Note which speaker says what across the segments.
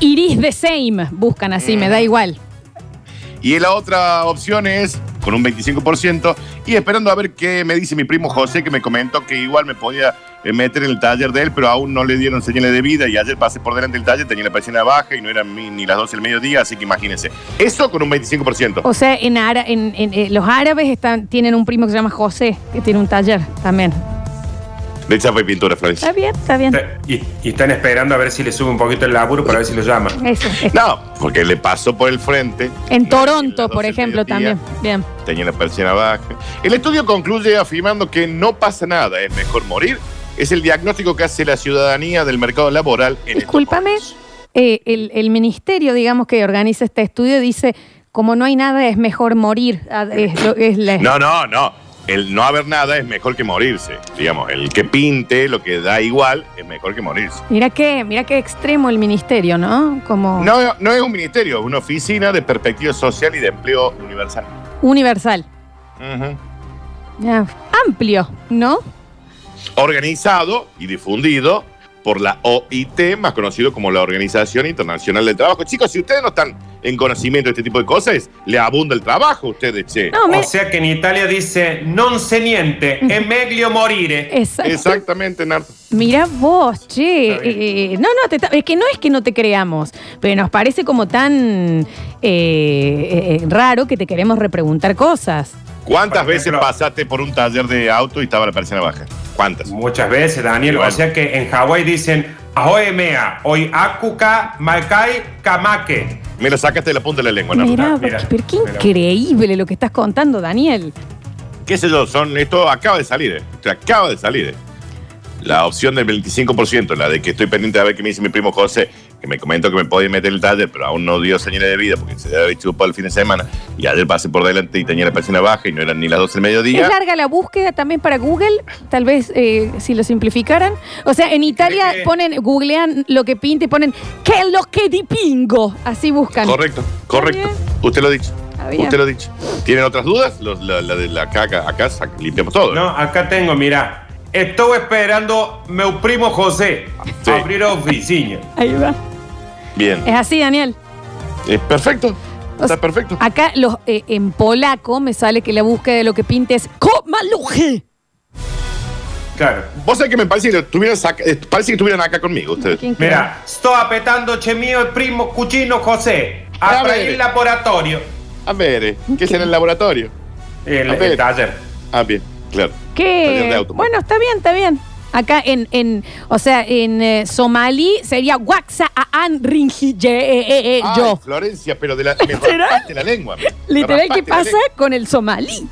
Speaker 1: Iris de Same, buscan así, me da igual.
Speaker 2: Y la otra opción es con un 25% y esperando a ver qué me dice mi primo José que me comentó que igual me podía eh, meter en el taller de él, pero aún no le dieron señales de vida y ayer pasé por delante del taller, tenía la presión baja y no eran ni ni las 12 del mediodía, así que imagínense. Eso con un 25%.
Speaker 1: O sea, en, ara- en- en- eh, los árabes están, tienen un primo que se llama José, que tiene un taller también.
Speaker 2: De chapa y pintura, Florencia.
Speaker 1: Está bien, está bien.
Speaker 3: Está- Y, y están esperando a ver si le sube un poquito el laburo para ver si lo llaman.
Speaker 1: Eso, es-
Speaker 2: No, porque le pasó por el frente.
Speaker 1: En
Speaker 2: No, en
Speaker 1: Toronto,
Speaker 2: las
Speaker 1: por
Speaker 2: 12 del
Speaker 1: ejemplo,
Speaker 2: mediodía,
Speaker 1: también. Bien.
Speaker 2: Tenía la persiana baja. El estudio concluye afirmando que no pasa nada, es mejor morir. Es el diagnóstico que hace la ciudadanía del mercado laboral en estos
Speaker 1: Discúlpame,
Speaker 2: momentos.
Speaker 1: eh, el, el ministerio, digamos, que organiza este estudio dice, como no hay nada, es mejor morir. Ah, es lo- es la-
Speaker 2: No, no, no. El no haber nada es mejor que morirse. Digamos, el que pinte lo que da igual es mejor que morirse.
Speaker 1: Mira qué, mira qué extremo el ministerio, ¿no? Como
Speaker 2: No, no es un ministerio, es una oficina de perspectiva social y de empleo universal.
Speaker 1: universal.
Speaker 2: Ujú.
Speaker 1: Ah, Amplio, ¿no?
Speaker 2: organizado y difundido por la OIT, más conocido como la Organización Internacional del Trabajo. Chicos, si ustedes no están en conocimiento de este tipo de cosas, le abunda el trabajo a ustedes, che.
Speaker 1: No, me-
Speaker 3: O sea que en Italia dice non se niente, è meglio morire.
Speaker 1: Exacto.
Speaker 2: Exactamente, Nardo.
Speaker 1: Mira vos, che.
Speaker 3: Está bien.
Speaker 1: eh, eh, no, no, te ta- es que no es que no te creamos, pero nos parece como tan eh, eh, raro que te queremos repreguntar cosas.
Speaker 2: ¿Cuántas
Speaker 3: Por
Speaker 2: veces
Speaker 3: ejemplo-
Speaker 2: pasaste por un taller de auto y estaba la persona baja? ¿Cuántas?
Speaker 3: Muchas veces, Daniel.
Speaker 2: Bueno.
Speaker 3: O sea que en Hawái dicen ahoy mea, hoy akuka malkai kamake.
Speaker 2: Me lo sacaste de la punta de la lengua, Nardo.
Speaker 1: Mirá,
Speaker 3: no, mira,
Speaker 1: porque- pero qué
Speaker 3: mira.
Speaker 1: increíble lo que estás contando, Daniel.
Speaker 2: ¿Qué sé yo? Son, esto acaba de salir, eh. Esto acaba de salir. eh. La opción del 25%, la de que estoy pendiente de ver qué me dice mi primo José, que me comentó que me podía meter el taller, pero aún no dio señales de vida porque se debe haber chupado el fin de semana. Y ayer pasé por delante y tenía la presión baja y no eran ni las 12 del mediodía.
Speaker 1: Es larga la búsqueda también para Google, tal vez eh, si lo simplificaran. O sea, en Italia
Speaker 3: que-
Speaker 1: ponen, googlean lo que pinta y ponen, ¿qué es lo que dipingo? Así buscan.
Speaker 2: Correcto, correcto.
Speaker 1: bien.
Speaker 2: Usted lo ha dicho.
Speaker 1: Está bien.
Speaker 2: Usted lo ha dicho. ¿Tienen otras dudas? Los- la, la de la acá, acá sac- limpiamos todo.
Speaker 3: No, acá tengo, mira. Estoy esperando meu primo José
Speaker 2: Sí.
Speaker 3: abrir oficina.
Speaker 1: Ahí va.
Speaker 2: Bien.
Speaker 1: Es así, Daniel.
Speaker 2: Es perfecto.
Speaker 1: Eh. O sea,
Speaker 2: Está perfecto.
Speaker 1: Acá los, eh, en polaco me sale que la búsqueda de lo que pinta es komaluche.
Speaker 3: Claro.
Speaker 2: Vos sabés que me parece que, lo estuvieran saca- eh, parece que estuvieran acá conmigo ustedes.
Speaker 1: ¿Quién cree?
Speaker 3: Mira, estoy apretando che mio el primo cuchino José
Speaker 2: A
Speaker 3: a
Speaker 2: ver.
Speaker 3: traer el laboratorio.
Speaker 2: A ver, eh, ¿qué será el laboratorio?
Speaker 3: El,
Speaker 2: A ver.
Speaker 3: el taller.
Speaker 2: Ah, bien, claro. Taller de
Speaker 1: ¿Qué?
Speaker 2: automóvil.
Speaker 1: Bueno, está bien, está bien. Acá en, en o sea, en eh, somalí sería Waxa Aan Ringi ye- eh, eh, eh,
Speaker 2: Ay,
Speaker 1: yo.
Speaker 2: Florencia, pero de la, me
Speaker 1: ¿Literal?
Speaker 2: raspaste la lengua. me- me
Speaker 1: Literal, ¿qué
Speaker 2: raspaste la
Speaker 1: pasa
Speaker 2: lengua.
Speaker 1: con el somalí?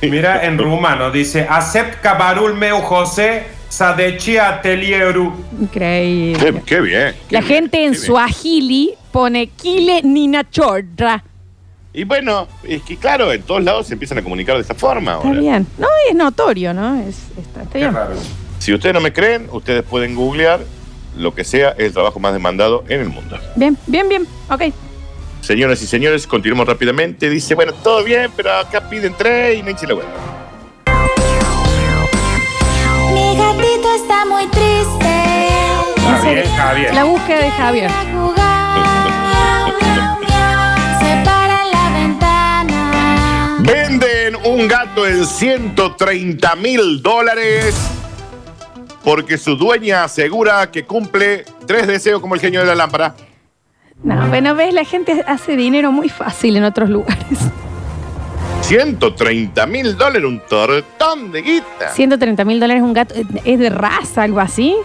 Speaker 3: Mira, en rumano dice, acepta barul meu José, sadechia atelieru.
Speaker 1: Increíble.
Speaker 2: Qué, qué bien. qué
Speaker 1: La
Speaker 2: bien,
Speaker 1: gente
Speaker 2: qué
Speaker 1: en
Speaker 2: bien.
Speaker 1: Swahili pone Kile Nina Chorra.
Speaker 2: Y bueno, es que claro, en todos lados se empiezan a comunicar de esta forma.
Speaker 1: Está
Speaker 2: ahora.
Speaker 1: bien. No, es notorio, ¿no? Es, está, está
Speaker 3: Qué
Speaker 1: bien.
Speaker 3: raro.
Speaker 2: Si ustedes no me creen, ustedes pueden googlear lo que sea es el trabajo más demandado en el mundo.
Speaker 1: Bien, bien, bien. Ok.
Speaker 2: Señoras y señores, continuemos rápidamente. Dice, bueno, todo bien, pero acá piden tres y no hinche la hueá.
Speaker 4: Mi gatito está muy triste.
Speaker 3: Javier, Javier.
Speaker 1: La búsqueda de Javier.
Speaker 4: Quiere ir a jugar. Se para en la ventana.
Speaker 2: Venden un gato en 130 mil dólares porque su dueña asegura que cumple tres deseos como el genio de la lámpara.
Speaker 1: No, bueno, ves, la gente hace dinero muy fácil en otros lugares.
Speaker 2: 130 mil dólares, un tortón de guita.
Speaker 1: 130 mil dólares un gato. eh, ¿Es de raza, algo así?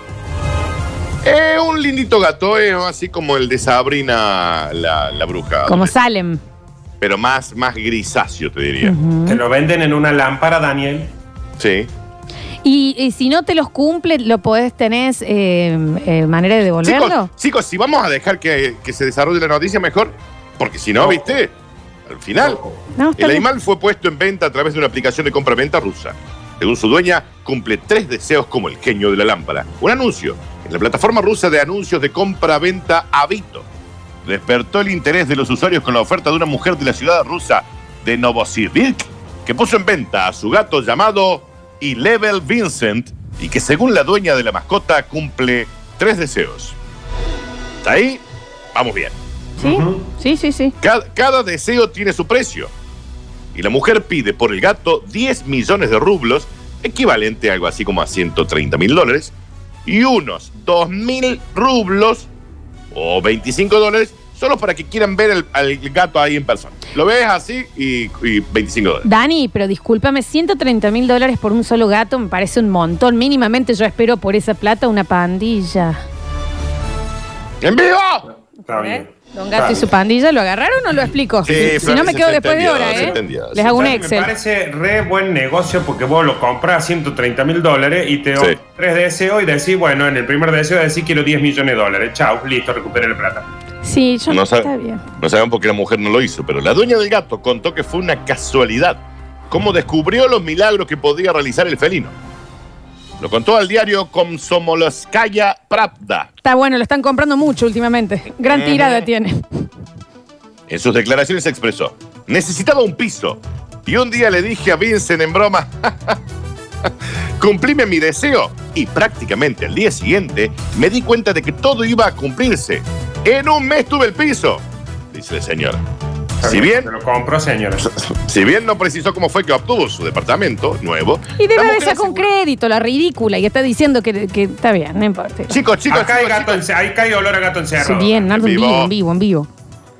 Speaker 2: Eh, un lindito gato, eh, así como el de Sabrina la, la bruja.
Speaker 1: Como Salem.
Speaker 2: Pero más, más grisáceo, te diría.
Speaker 3: Te lo venden en una lámpara, Daniel.
Speaker 2: Sí.
Speaker 1: Y, y si no te los cumple, ¿lo podés tener manera de devolverlo?
Speaker 2: Chicos, chicos, si vamos a dejar que, que se desarrolle la noticia mejor, porque si no,
Speaker 3: Ojo.
Speaker 2: viste, al final.
Speaker 1: No,
Speaker 2: El
Speaker 1: está bien.
Speaker 2: animal fue puesto en venta a través de una aplicación de compra-venta rusa. Según su dueña, cumple tres deseos como el genio de la lámpara. Un anuncio en La plataforma rusa de anuncios de compra-venta Avito despertó el interés de los usuarios con la oferta de una mujer de la ciudad rusa de Novosibirsk que puso en venta a su gato llamado Elevel Vincent y que según la dueña de la mascota cumple tres deseos. ¿Está ahí? Vamos bien.
Speaker 1: ¿Sí?
Speaker 3: Ujú.
Speaker 1: Sí, sí, sí.
Speaker 2: Cada, cada deseo tiene su precio. Y la mujer pide por el gato 10 millones de rublos, equivalente a algo así como a 130 mil dólares, y unos 2 mil rublos o 25 dólares solo para que quieran ver el- al gato ahí en persona. Lo ves así y, y 25 dólares.
Speaker 1: Dani, pero discúlpame, 130 mil dólares por un solo gato me parece un montón. Mínimamente yo espero por esa plata una pandilla.
Speaker 2: ¡En vivo!
Speaker 3: Está bien.
Speaker 1: Don ¿Eh? Gato y su pandilla, ¿lo agarraron o lo explico?
Speaker 2: Sí,
Speaker 1: si, si
Speaker 2: Flor,
Speaker 1: no me
Speaker 2: se
Speaker 1: quedo
Speaker 2: te
Speaker 1: después de
Speaker 2: entendió,
Speaker 1: hora,
Speaker 2: se
Speaker 1: ¿eh?
Speaker 2: entendió,
Speaker 1: Les
Speaker 2: se
Speaker 1: hago un
Speaker 3: ¿Sabes? Me
Speaker 1: Excel.
Speaker 3: parece re buen negocio porque vos lo compras 130 mil dólares y te
Speaker 2: Sí.
Speaker 3: das tres deseos y decís, bueno, en el primer deseo decís quiero 10 millones de dólares. Chau, listo, recuperé la plata.
Speaker 1: Sí, yo
Speaker 2: No
Speaker 1: está
Speaker 2: sabe-
Speaker 1: bien.
Speaker 2: No sabemos por qué la mujer no lo hizo, pero la dueña del gato contó que fue una casualidad. Cómo descubrió los milagros que podía realizar el felino. Lo contó al diario Komsomolskaya Pravda.
Speaker 1: Está bueno, lo están comprando mucho últimamente. Gran tirada tiene.
Speaker 2: En sus declaraciones expresó, necesitaba un piso. Y un día le dije a Vincent en broma, cumplime mi deseo. Y prácticamente al día siguiente me di cuenta de que todo iba a cumplirse. En un mes tuve el piso, dice la señora.
Speaker 3: Está
Speaker 2: Si bien,
Speaker 3: Te lo compro, señora.
Speaker 2: si bien no precisó cómo fue que obtuvo su departamento nuevo.
Speaker 1: Y debe
Speaker 2: la
Speaker 1: haber
Speaker 2: mujer
Speaker 1: sacado un
Speaker 2: aseguró-
Speaker 1: crédito, la ridícula, y está diciendo que, que está bien, no importa.
Speaker 2: Chicos, chicos,
Speaker 3: Acá hay
Speaker 2: chicos,
Speaker 3: gato,
Speaker 2: chicos.
Speaker 3: en- ahí cae olor a gato
Speaker 1: Sí,
Speaker 3: encerrado.
Speaker 1: bien, Nardo, en
Speaker 2: En
Speaker 1: vivo,
Speaker 2: vivo.
Speaker 1: en vivo, en vivo.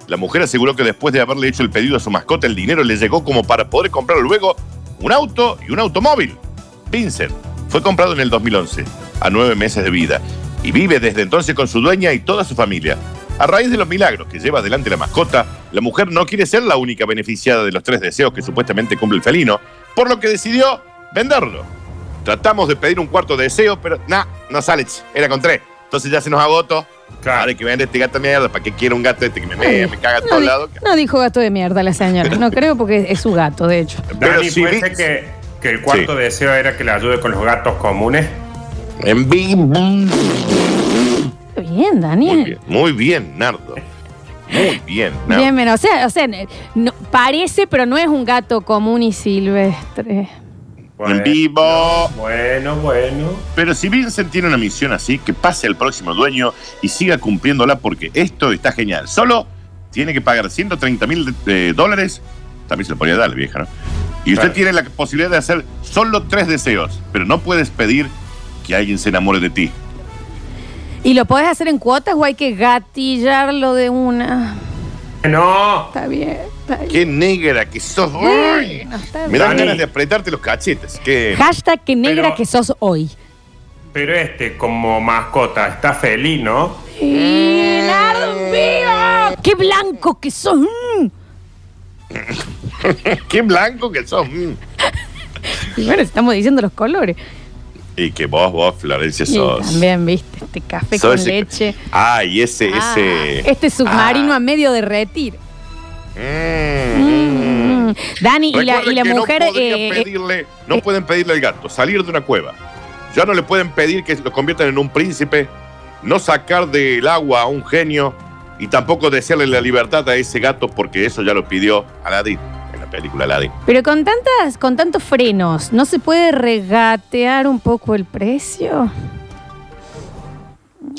Speaker 2: La mujer aseguró que después de haberle hecho el pedido a su mascota, el dinero le llegó como para poder comprar luego un auto y un automóvil. Vincent fue comprado en el 2011, a nueve meses de vida, y vive desde entonces con su dueña y toda su familia. A raíz de los milagros que lleva adelante la mascota, la mujer no quiere ser la única beneficiada de los tres deseos que supuestamente cumple el felino, por lo que decidió venderlo. Tratamos de pedir un cuarto deseo, pero nah, no sale, ch, era con tres. Entonces ya se nos agotó.
Speaker 3: Claro.
Speaker 2: Ahora hay que vender este gato de mierda, ¿para qué quiero un gato este que me mea, me caga a
Speaker 1: No,
Speaker 2: todos
Speaker 1: di-
Speaker 2: lados?
Speaker 1: no dijo gato de mierda la señora, no creo porque es su gato, de hecho.
Speaker 3: Dani,
Speaker 2: Pero si
Speaker 3: puede
Speaker 2: vi-
Speaker 3: ser que, que el cuarto deseo era que le ayude con los gatos comunes.
Speaker 2: En vivo.
Speaker 1: Está Bien,
Speaker 2: Muy
Speaker 1: Daniel.
Speaker 2: bien, muy bien, Nardo. Muy bien, Nardo.
Speaker 1: Bien, menos. O sea, o sea no- parece, pero no es un gato común y silvestre.
Speaker 3: Bueno,
Speaker 2: En vivo.
Speaker 3: Bueno, bueno.
Speaker 2: Pero si Vincent tiene una misión así, que pase al próximo dueño y siga cumpliéndola porque esto está genial. Solo tiene que pagar 130 mil dólares. También se lo podría dar la vieja, ¿no? Y usted
Speaker 3: Claro.
Speaker 2: tiene la posibilidad de hacer solo tres deseos, pero no puedes pedir que alguien se enamore de ti.
Speaker 1: ¿Y lo podés hacer en cuotas o hay que gatillarlo de una?
Speaker 3: No.
Speaker 1: Está bien, está bien.
Speaker 2: ¡Qué negra que sos! ¡Uy!
Speaker 1: No, está
Speaker 2: Me dan
Speaker 3: Dani.
Speaker 2: ganas de apretarte los cachetes. ¡Qué
Speaker 1: Hashtag que negra
Speaker 3: Pero-
Speaker 1: que sos hoy.
Speaker 3: Pero este, como mascota, está feliz, ¿no?
Speaker 1: Y Nardo en
Speaker 2: Eh.
Speaker 1: vivo. ¡Qué blanco que sos! Mm.
Speaker 2: qué blanco que sos! mm.
Speaker 1: Y bueno, estamos diciendo los colores.
Speaker 2: Y que vos, vos, Florencia,
Speaker 1: Y
Speaker 2: sos.
Speaker 1: también, viste, este café
Speaker 2: sos
Speaker 1: con
Speaker 2: ese-
Speaker 1: leche.
Speaker 2: Ah, y ese,
Speaker 1: Ah,
Speaker 2: ese.
Speaker 1: este submarino a medio derretir.
Speaker 2: Mm, mm.
Speaker 1: Mm. Dani, y la,
Speaker 2: Recuerden
Speaker 1: y la
Speaker 2: que
Speaker 1: mujer.
Speaker 2: No, podrían
Speaker 1: eh, eh,
Speaker 2: pedirle, no pueden pedirle al gato salir de una cueva. Ya no le pueden pedir que lo conviertan en un príncipe, no sacar del agua a un genio y tampoco desearle la libertad a ese gato porque eso ya lo pidió Aladdin en la película Aladdin.
Speaker 1: pero con tantas, con tantos frenos, ¿no se puede regatear un poco el precio?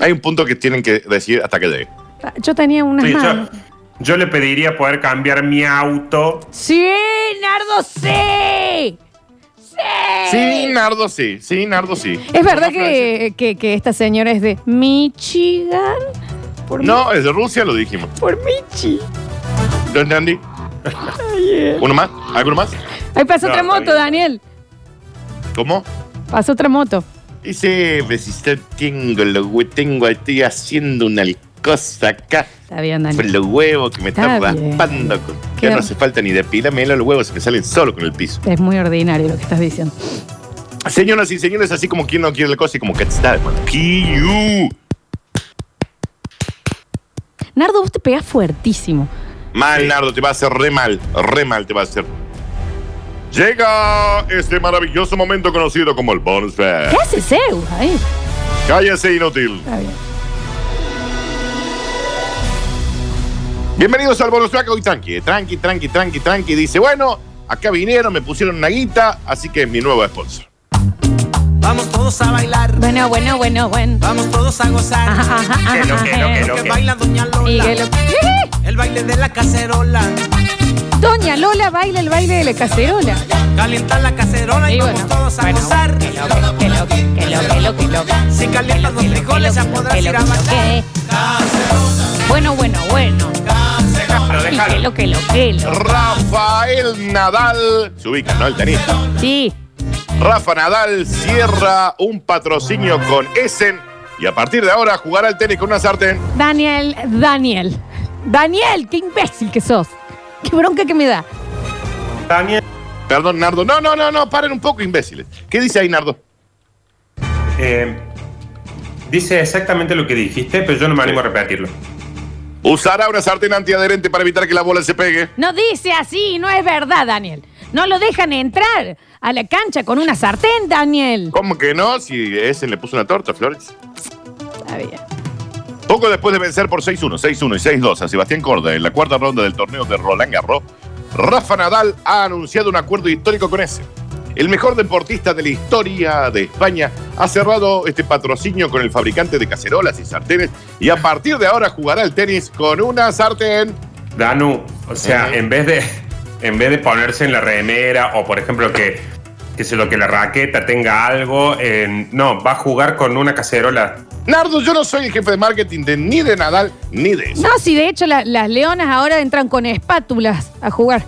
Speaker 2: Hay un punto que tienen que decir hasta que
Speaker 1: Eh.
Speaker 2: llegue.
Speaker 1: Yo tenía unas
Speaker 3: Sí, yo,
Speaker 1: manos.
Speaker 3: yo le pediría poder cambiar mi auto.
Speaker 1: ¡Sí, Nardo, sí! ¡Sí!
Speaker 2: Sí, Nardo sí, sí, Nardo sí.
Speaker 1: ¿Es verdad que, que- que esta señora es de Michigan? Por mi-
Speaker 2: No, es de Rusia, lo dijimos.
Speaker 1: por Michi.
Speaker 2: ¿Lo entendí?
Speaker 1: eh.
Speaker 2: ¿Uno más? ¿Alguno más?
Speaker 1: Ahí pasó
Speaker 3: No,
Speaker 1: otra
Speaker 3: está
Speaker 1: moto,
Speaker 3: bien.
Speaker 1: Daniel.
Speaker 2: ¿Cómo?
Speaker 1: Pasó otra moto.
Speaker 2: Dice, pues está tengo lo hue- tengo, estoy haciendo una cosa acá.
Speaker 1: Está bien,
Speaker 2: Fue
Speaker 1: Daniel.
Speaker 2: los huevos que me
Speaker 1: Está
Speaker 2: están
Speaker 1: bien.
Speaker 2: raspando. con-
Speaker 1: Qué-
Speaker 2: Ya no hace falta ni depilármelo, los huevos se me salen solo con el piso.
Speaker 1: Es muy ordinario lo que estás diciendo.
Speaker 2: Señoras y señores, así como quien no quiere la cosa y como que está, hermano. Piu.
Speaker 1: Nardo, vos te pegás fuertísimo.
Speaker 2: Mal, Nardo, te va a hacer re mal, re mal te va a hacer. Llega este maravilloso momento conocido como el bonus fact.
Speaker 1: ¿Qué hace Zeus ahí?
Speaker 2: Cállense, inútil.
Speaker 1: Está bien.
Speaker 2: Bienvenidos al bonus track. Hoy tranqui, tranqui, tranqui, tranqui, tranqui. Dice, bueno, acá vinieron, me pusieron una guita, así que es mi nuevo sponsor.
Speaker 5: Vamos todos a bailar.
Speaker 1: Bueno, bueno, bueno, bueno.
Speaker 5: Vamos todos a gozar.
Speaker 1: Ajá, ajá, ajá,
Speaker 3: Que lo, que lo, que
Speaker 1: ajá.
Speaker 3: lo.
Speaker 5: Que baila Doña Lola.
Speaker 1: Y que lo- ¡Eh,
Speaker 5: El baile de la cacerola.
Speaker 1: Doña Lola baila el baile de la cacerola.
Speaker 5: Calienta la cacerola y,
Speaker 1: Y
Speaker 5: vamos
Speaker 1: bueno,
Speaker 5: todos a
Speaker 1: bueno,
Speaker 5: gozar.
Speaker 1: que lo, que lo, que lo, que lo, que lo, que
Speaker 5: Si calientas los
Speaker 1: lo, que lo,
Speaker 5: frijoles ya podrás
Speaker 1: que lo,
Speaker 5: ir a
Speaker 1: que lo,
Speaker 5: bailar.
Speaker 1: que- Bueno, bueno, bueno.
Speaker 3: Pero
Speaker 1: Y que
Speaker 3: déjalo.
Speaker 1: lo, que lo, que lo.
Speaker 2: Rafael Nadal. Se ubica, ¿no? El tenista.
Speaker 1: Sí.
Speaker 2: Rafa Nadal cierra un patrocinio con Essen y a partir de ahora jugará al tenis con una sartén.
Speaker 1: Daniel, Daniel. Daniel, qué imbécil que sos. Qué bronca que me da.
Speaker 3: Daniel,
Speaker 2: Perdón, Nardo. No, no, no, no, paren un poco, imbéciles. ¿Qué dice ahí, Nardo?
Speaker 3: eh, dice exactamente lo que dijiste, pero yo no me animo a repetirlo.
Speaker 2: Usará una sartén antiadherente para evitar que la bola se pegue.
Speaker 1: No dice así, no es verdad, Daniel. No lo dejan entrar a la cancha con una sartén, Daniel.
Speaker 2: ¿Cómo que no? Si Essen le puso una torta, Flores.
Speaker 1: Está bien.
Speaker 2: Poco después de vencer por 6-1, 6-1 y 6-2 a Sebastián Corda en la cuarta ronda del torneo de Roland Garros, Rafa Nadal ha anunciado un acuerdo histórico con ese. El mejor deportista de la historia de España ha cerrado este patrocinio con el fabricante de cacerolas y sartenes y a partir de ahora jugará al tenis con una sartén.
Speaker 3: Danu, o sea,
Speaker 2: Ujú.
Speaker 3: en vez de en vez de ponerse en la remera o por ejemplo que que sé lo que la raqueta tenga algo, eh, no, va a jugar con una cacerola.
Speaker 2: Nardo, yo no soy el jefe de marketing de ni de Nadal ni de eso.
Speaker 1: No, sí, de hecho, la- las leonas ahora entran con espátulas a jugar.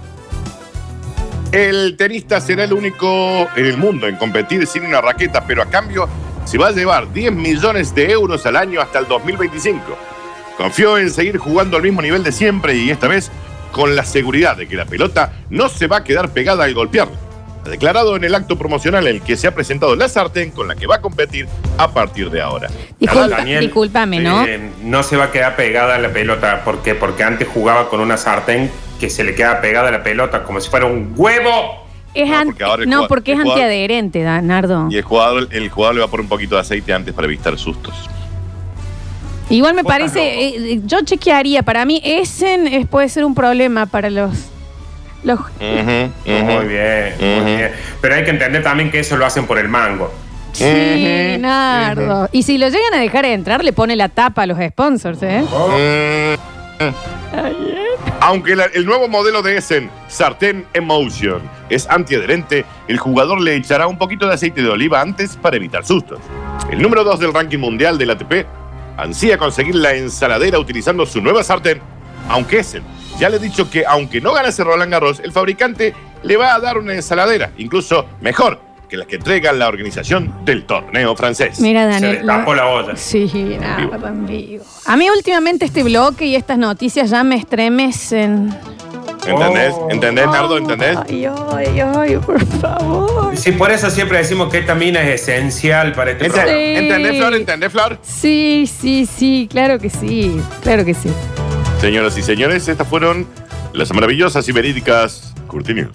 Speaker 2: El tenista será el único en el mundo en competir sin una raqueta, pero a cambio se va a llevar 10 millones de euros al año hasta el 2025. Confió en seguir jugando al mismo nivel de siempre y esta vez con la seguridad de que la pelota no se va a quedar pegada al golpear. Ha declarado en el acto promocional en el que se ha presentado la sartén con la que va a competir a partir de ahora.
Speaker 1: Disculpa,
Speaker 2: Nadal,
Speaker 3: Daniel,
Speaker 1: discúlpame, ¿no?
Speaker 3: eh, no se va a quedar pegada a la pelota. ¿Por qué? Porque antes jugaba con una sartén que se le queda pegada a la pelota, como si fuera un huevo.
Speaker 1: Es
Speaker 2: No,
Speaker 1: an-
Speaker 2: porque ahora el
Speaker 1: no,
Speaker 2: jugador-
Speaker 1: porque es
Speaker 2: el jugador-
Speaker 1: antiadherente, Da- Nardo.
Speaker 2: y el jugador, el jugador le va a poner un poquito de aceite antes para evitar sustos.
Speaker 1: Igual me
Speaker 3: Vos estás
Speaker 1: parece, eh, eh, yo chequearía, para mí ese es- puede ser un problema para los... los
Speaker 3: Muy bien, muy
Speaker 2: Ujú.
Speaker 3: bien. Pero hay que entender también que eso lo hacen por el mango.
Speaker 1: Sí,
Speaker 2: Ujú.
Speaker 1: Nardo. Y si lo llegan a dejar entrar, le pone la tapa a los sponsors, ¿eh?
Speaker 2: Aunque la- el nuevo modelo de Essen, Sartén Emotion, es antiadherente, el jugador le echará un poquito de aceite de oliva antes para evitar sustos. El número 2 del ranking mundial del ATP ansía conseguir la ensaladera utilizando su nueva sartén, aunque Essen ya le he dicho que aunque no ganase Roland Garros, el fabricante le va a dar una ensaladera, incluso mejor que las que entrega la organización del torneo francés.
Speaker 1: Mira,
Speaker 3: Se
Speaker 1: Daniel.
Speaker 3: destapó la olla.
Speaker 1: Sí, Nardo, en vivo. A mí últimamente este bloque y estas noticias ya me estremecen.
Speaker 2: ¿Entendés?
Speaker 3: Oh.
Speaker 2: ¿Entendés, Nardo? ¿Entendés?
Speaker 1: Ay, ay, ay, por favor.
Speaker 3: Sí, por eso siempre decimos que esta mina es esencial para este
Speaker 2: ¿Entendés,
Speaker 3: programa.
Speaker 2: ¿Entendés, Flor? ¿Entendés, Flor?
Speaker 1: Sí, sí, sí, claro que sí, claro que sí.
Speaker 2: Señoras y señores, estas fueron las maravillosas y verídicas Curti News.